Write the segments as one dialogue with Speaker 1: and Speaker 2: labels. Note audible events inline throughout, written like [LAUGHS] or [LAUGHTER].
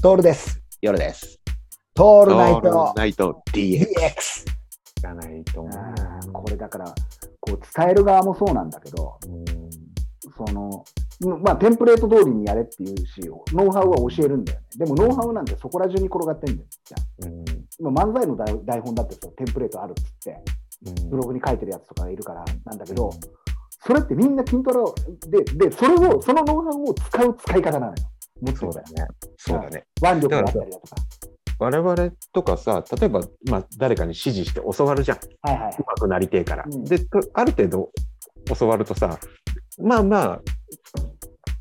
Speaker 1: トールです。
Speaker 2: 夜です。
Speaker 1: ト
Speaker 2: オ
Speaker 1: ールナイト
Speaker 2: ナイト DX。
Speaker 1: DX。
Speaker 2: じゃないと思
Speaker 1: あーこれだから、こう伝える側もそうなんだけど、
Speaker 2: う。うん
Speaker 1: その、うんまあ、テンプレート通りにやれっていうし、ノウハウは教えるんだよね。でも、ノウハウなんてそこら中に転がってんだよ。じゃあ
Speaker 2: うん
Speaker 1: 今漫才の台台本だってさテンプレートあるっつって、
Speaker 2: うん
Speaker 1: ブログに書いてるやつとかがいるからなんだけど、それってみんな筋トレを、で、でそれを、そのノウハウを使う使い方なのよ。もっ
Speaker 2: そ
Speaker 1: と
Speaker 2: うだね。そうだね。
Speaker 1: 腕力だったりだとか。
Speaker 2: 我々とかさ、例えば、まあ、誰かに指示して教わるじゃん。う
Speaker 1: はいはいはい。
Speaker 2: まくなりてえから。
Speaker 1: うん
Speaker 2: でとある程度教わるとさ、まあま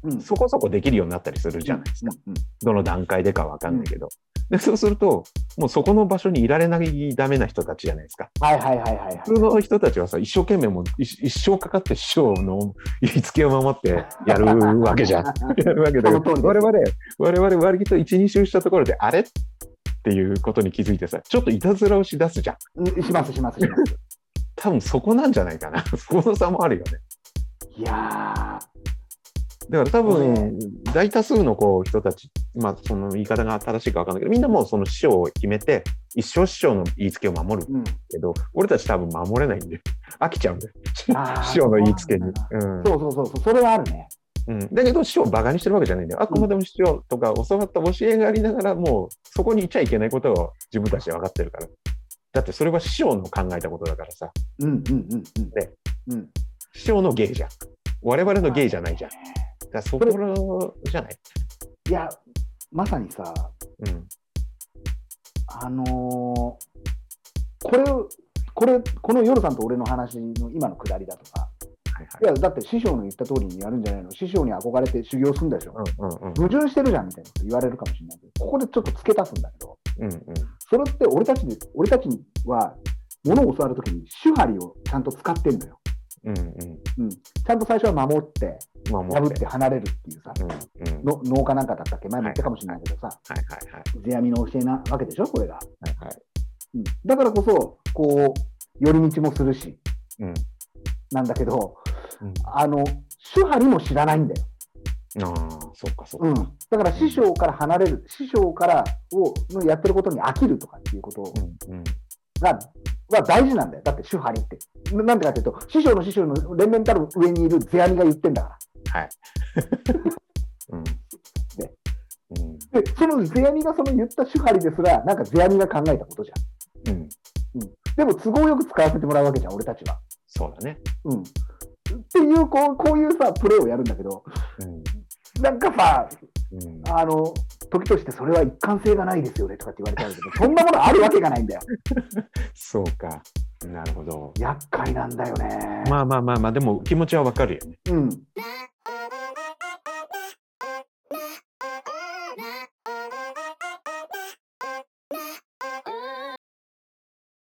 Speaker 1: うん
Speaker 2: あ、そこそこできるようになったりするじゃないですか。。
Speaker 1: うん
Speaker 2: どの段階でかわかんないけど。でそうすると、もうそこの場所にいられないダメな人たちじゃないですか。
Speaker 1: はいはいはいはいはい。
Speaker 2: 普通の人たちはさ一生懸命もう一一生かかって師匠の言いつけを守ってやるわけ
Speaker 1: [LAUGHS]
Speaker 2: じゃん。やるわけだけ
Speaker 1: その通りです
Speaker 2: ど我々我々割と12周したところであれっていうことに気づいてさちょっといたずらをしだすじゃん。
Speaker 1: うんしますしますします。
Speaker 2: 多分そこなんじゃないか [LAUGHS] な。そこの差もあるよね。
Speaker 1: いや
Speaker 2: だから多
Speaker 1: そう
Speaker 2: 分大多数のこう人たち、まあ、その言い方が正しいか分かんないけどみんなもうその師匠を決めて一生師匠の言いつけを守る
Speaker 1: ー、うん。
Speaker 2: けど俺たち多分守れないんで飽きちゃうんで
Speaker 1: あー
Speaker 2: 師匠の言いつけに。
Speaker 1: そ
Speaker 2: うん
Speaker 1: そうそうそうそう、それはあるね。
Speaker 2: うん、だけど師匠をバカにしてるわけじゃないんだよ。あくまでも師匠とか教わった教えがありながら、もうそこにいちゃいけないことを自分たちで分かってるから。だってそれは師匠の考えたことだからさ、
Speaker 1: うんうんうんうん。
Speaker 2: ね
Speaker 1: うん、
Speaker 2: 師匠の芸じゃん。我々の芸じゃないじゃん。だからそこ
Speaker 1: それ
Speaker 2: のじゃない。
Speaker 1: いや、まさにさ、
Speaker 2: うん。
Speaker 1: あのーこれを、これ、この夜さんと俺の話の今のくだりだとか、
Speaker 2: はい
Speaker 1: いや、だって師匠の言った通りにやるんじゃないの、師匠に憧れて修行するんでしょ、
Speaker 2: はい。うんうん
Speaker 1: 矛盾してるじゃんみたいなこと言われるかもしれないけど、ここでちょっと付け足すんだけど、
Speaker 2: うん。うん
Speaker 1: それって俺たちに俺たちには、物を教わるときに、手張りをちゃんと使ってんのよ。
Speaker 2: うん。うん
Speaker 1: うん、ちゃんと最初は守って、
Speaker 2: うん。まあ、も
Speaker 1: 破って離れるっていうさ、
Speaker 2: うん。うん。はい
Speaker 1: の農家なんかだったっけ、前も言ったかもしれないけどさ、
Speaker 2: はいはい。
Speaker 1: 世阿弥の教えなわけでしょ、これが。
Speaker 2: はいはい。
Speaker 1: うん、だからこそ、こう、寄り道もするし、
Speaker 2: うん。
Speaker 1: なんだけど、
Speaker 2: うん
Speaker 1: あの、手張りも知らないんだよ。
Speaker 2: ああ、そっかそっ
Speaker 1: うん、
Speaker 2: か。
Speaker 1: だから師匠から離れる、師匠からをのやってることに飽きるとかっていうこと
Speaker 2: うん。うん。
Speaker 1: が、は大事なんだよ。だって手張りって。ななんでかっていうと、師匠の師匠の連綿たる上にいる世阿弥が言ってんだから。
Speaker 2: はい。うん。
Speaker 1: で
Speaker 2: うん。
Speaker 1: で、その世阿弥がその言った手張りですら、なんか世阿弥が考えたことじゃん。
Speaker 2: うん。
Speaker 1: でも都合よく使わせてもらうわけじゃん、俺たちは。
Speaker 2: そうだね。
Speaker 1: うん。っていう、こうこういうさ、プレーをやるんだけど、
Speaker 2: うん。
Speaker 1: なんかさ、
Speaker 2: うん
Speaker 1: あの、時としてそれは一貫性がないですよねとかって言われちゃうけど、そんなものあるわけがないんだよ。
Speaker 2: そうか。なるほど。
Speaker 1: 厄介なんだよね。
Speaker 2: まあまあまあまあ、でも気持ちはわかるよね。
Speaker 1: うん。